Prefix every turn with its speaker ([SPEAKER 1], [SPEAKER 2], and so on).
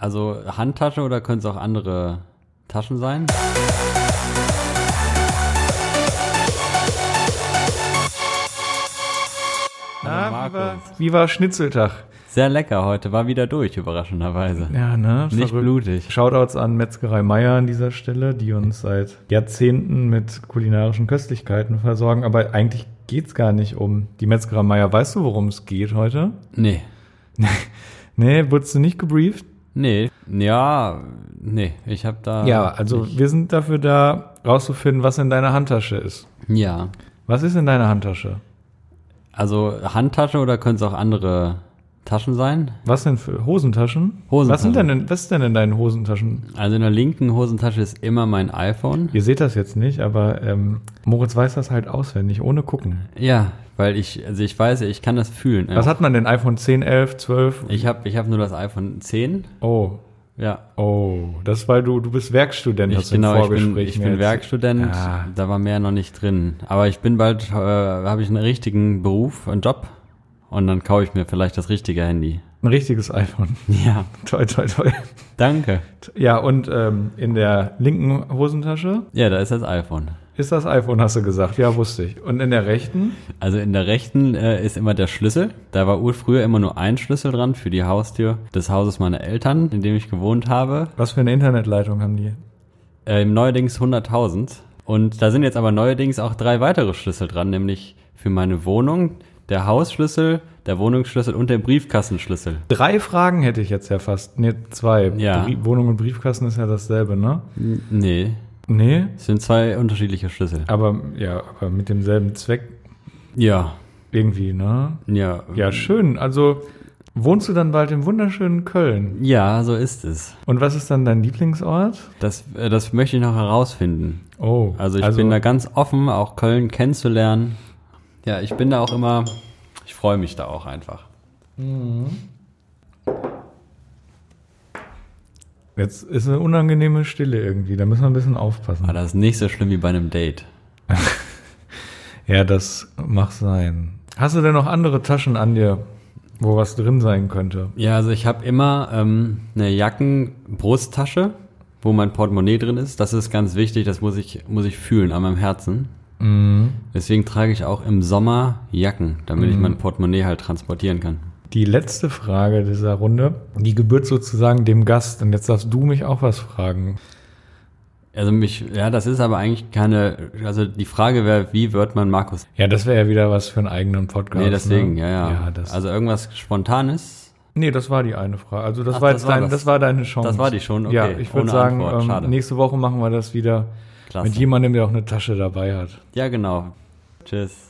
[SPEAKER 1] Also Handtasche oder können es auch andere Taschen sein?
[SPEAKER 2] Na,
[SPEAKER 1] Markus.
[SPEAKER 2] wie, war, wie war Schnitzeltag?
[SPEAKER 1] Sehr lecker heute, war wieder durch, überraschenderweise.
[SPEAKER 2] Ja, ne?
[SPEAKER 1] Nicht blutig.
[SPEAKER 2] Shoutouts an Metzgerei Meier an dieser Stelle, die uns seit Jahrzehnten mit kulinarischen Köstlichkeiten versorgen. Aber eigentlich geht's gar nicht um die Metzgerei Meier. Weißt du, worum es geht heute?
[SPEAKER 1] Nee.
[SPEAKER 2] Nee, wurdest du nicht gebrieft?
[SPEAKER 1] Nee. Ja, nee. Ich habe da.
[SPEAKER 2] Ja, also wir sind dafür da, rauszufinden, was in deiner Handtasche ist.
[SPEAKER 1] Ja.
[SPEAKER 2] Was ist in deiner Handtasche?
[SPEAKER 1] Also Handtasche oder können es auch andere Taschen sein?
[SPEAKER 2] Was denn für Hosentaschen?
[SPEAKER 1] Hosentaschen.
[SPEAKER 2] Was, sind denn in, was ist denn in deinen Hosentaschen?
[SPEAKER 1] Also in der linken Hosentasche ist immer mein iPhone.
[SPEAKER 2] Ihr seht das jetzt nicht, aber ähm, Moritz weiß das halt auswendig, ohne gucken.
[SPEAKER 1] Ja, weil ich, also ich weiß, ich kann das fühlen.
[SPEAKER 2] Was hat man denn? iPhone 10, 11, 12?
[SPEAKER 1] ich habe ich hab nur das iPhone 10.
[SPEAKER 2] Oh,
[SPEAKER 1] Ja.
[SPEAKER 2] oh. Das ist, weil du, du bist Werkstudent,
[SPEAKER 1] Ich,
[SPEAKER 2] hast du im
[SPEAKER 1] genau, ich bin,
[SPEAKER 2] Vorgespräch
[SPEAKER 1] ich
[SPEAKER 2] mir
[SPEAKER 1] bin
[SPEAKER 2] erzählt.
[SPEAKER 1] Werkstudent,
[SPEAKER 2] Ah.
[SPEAKER 1] da war mehr noch nicht drin. Aber ich bin bald, äh, habe ich einen richtigen Beruf, einen Job und dann kaufe ich mir vielleicht das richtige Handy.
[SPEAKER 2] Ein richtiges iPhone.
[SPEAKER 1] Ja,
[SPEAKER 2] toi, toi, toi.
[SPEAKER 1] danke.
[SPEAKER 2] Ja, und ähm, in der linken Hosentasche
[SPEAKER 1] Ja, da ist das iPhone.
[SPEAKER 2] ist das iPhone, hast du gesagt. Ja, wusste ich. Und in der rechten?
[SPEAKER 1] Also in der rechten äh, ist immer der Schlüssel. Da war ur- früher immer nur ein Schlüssel dran für die Haustür des Hauses meiner Eltern, in dem ich gewohnt habe.
[SPEAKER 2] Was für eine Internetleitung haben die?
[SPEAKER 1] Ähm, neuerdings 100.000. Und da sind jetzt aber neuerdings auch drei weitere Schlüssel dran, nämlich für meine Wohnung, der Hausschlüssel, der Wohnungsschlüssel und der Briefkassenschlüssel.
[SPEAKER 2] Drei Fragen hätte ich jetzt ja fast. Nee, zwei.
[SPEAKER 1] Ja.
[SPEAKER 2] Brie- Wohnung und Briefkasten ist ja dasselbe, ne?
[SPEAKER 1] N nee,
[SPEAKER 2] Nee.
[SPEAKER 1] es sind zwei unterschiedliche Schlüssel.
[SPEAKER 2] Aber ja, aber mit demselben Zweck
[SPEAKER 1] Ja,
[SPEAKER 2] irgendwie, ne?
[SPEAKER 1] ja.
[SPEAKER 2] Ja, schön. Also wohnst du dann bald im wunderschönen Köln.
[SPEAKER 1] Ja, so ist es.
[SPEAKER 2] Und was ist dann dein Lieblingsort?
[SPEAKER 1] Das, äh, das möchte ich noch herausfinden.
[SPEAKER 2] Oh,
[SPEAKER 1] Also ich bin da ganz offen, auch Köln kennenzulernen. Ja, ich bin da auch immer, ich freue mich da auch einfach.
[SPEAKER 2] Jetzt ist eine unangenehme Stille irgendwie. Da müssen wir ein bisschen aufpassen.
[SPEAKER 1] Aber das ist nicht so schlimm wie bei einem Date.
[SPEAKER 2] Ja, das mag sein. Hast du denn noch andere Taschen an dir, wo was drin sein könnte?
[SPEAKER 1] Ja, also ich habe immer ähm, eine Jackenbrusttasche, wo mein Portemonnaie drin ist. Das ist ganz wichtig, das muss ich, muss ich fühlen an meinem Herzen.
[SPEAKER 2] Mhm.
[SPEAKER 1] Deswegen trage ich auch im Sommer Jacken, damit ich mein Portemonnaie halt transportieren kann.
[SPEAKER 2] Die letzte Frage dieser Runde, die gebührt sozusagen dem Gast. Und jetzt darfst du mich auch was fragen.
[SPEAKER 1] Also mich, ja, das ist aber eigentlich keine, also die Frage wäre, wie wird man Markus
[SPEAKER 2] Ja, das wäre ja wieder was für einen eigenen Podcast.
[SPEAKER 1] Nee, deswegen,
[SPEAKER 2] ne?
[SPEAKER 1] ja, ja.
[SPEAKER 2] ja das,
[SPEAKER 1] also irgendwas Spontanes.
[SPEAKER 2] nee, das war die eine Frage. Also das
[SPEAKER 1] Ach,
[SPEAKER 2] war
[SPEAKER 1] das
[SPEAKER 2] jetzt
[SPEAKER 1] war das.
[SPEAKER 2] dein, das. war deine Chance.
[SPEAKER 1] Das war die schon, okay.
[SPEAKER 2] Ja, ich
[SPEAKER 1] Ohne
[SPEAKER 2] würde sagen,
[SPEAKER 1] Antwort, schade.
[SPEAKER 2] ähm, nächste Woche machen wir das wieder
[SPEAKER 1] Klasse. genau.
[SPEAKER 2] mit jemandem, der auch eine Tasche dabei hat.
[SPEAKER 1] Ja, genau. Tschüss.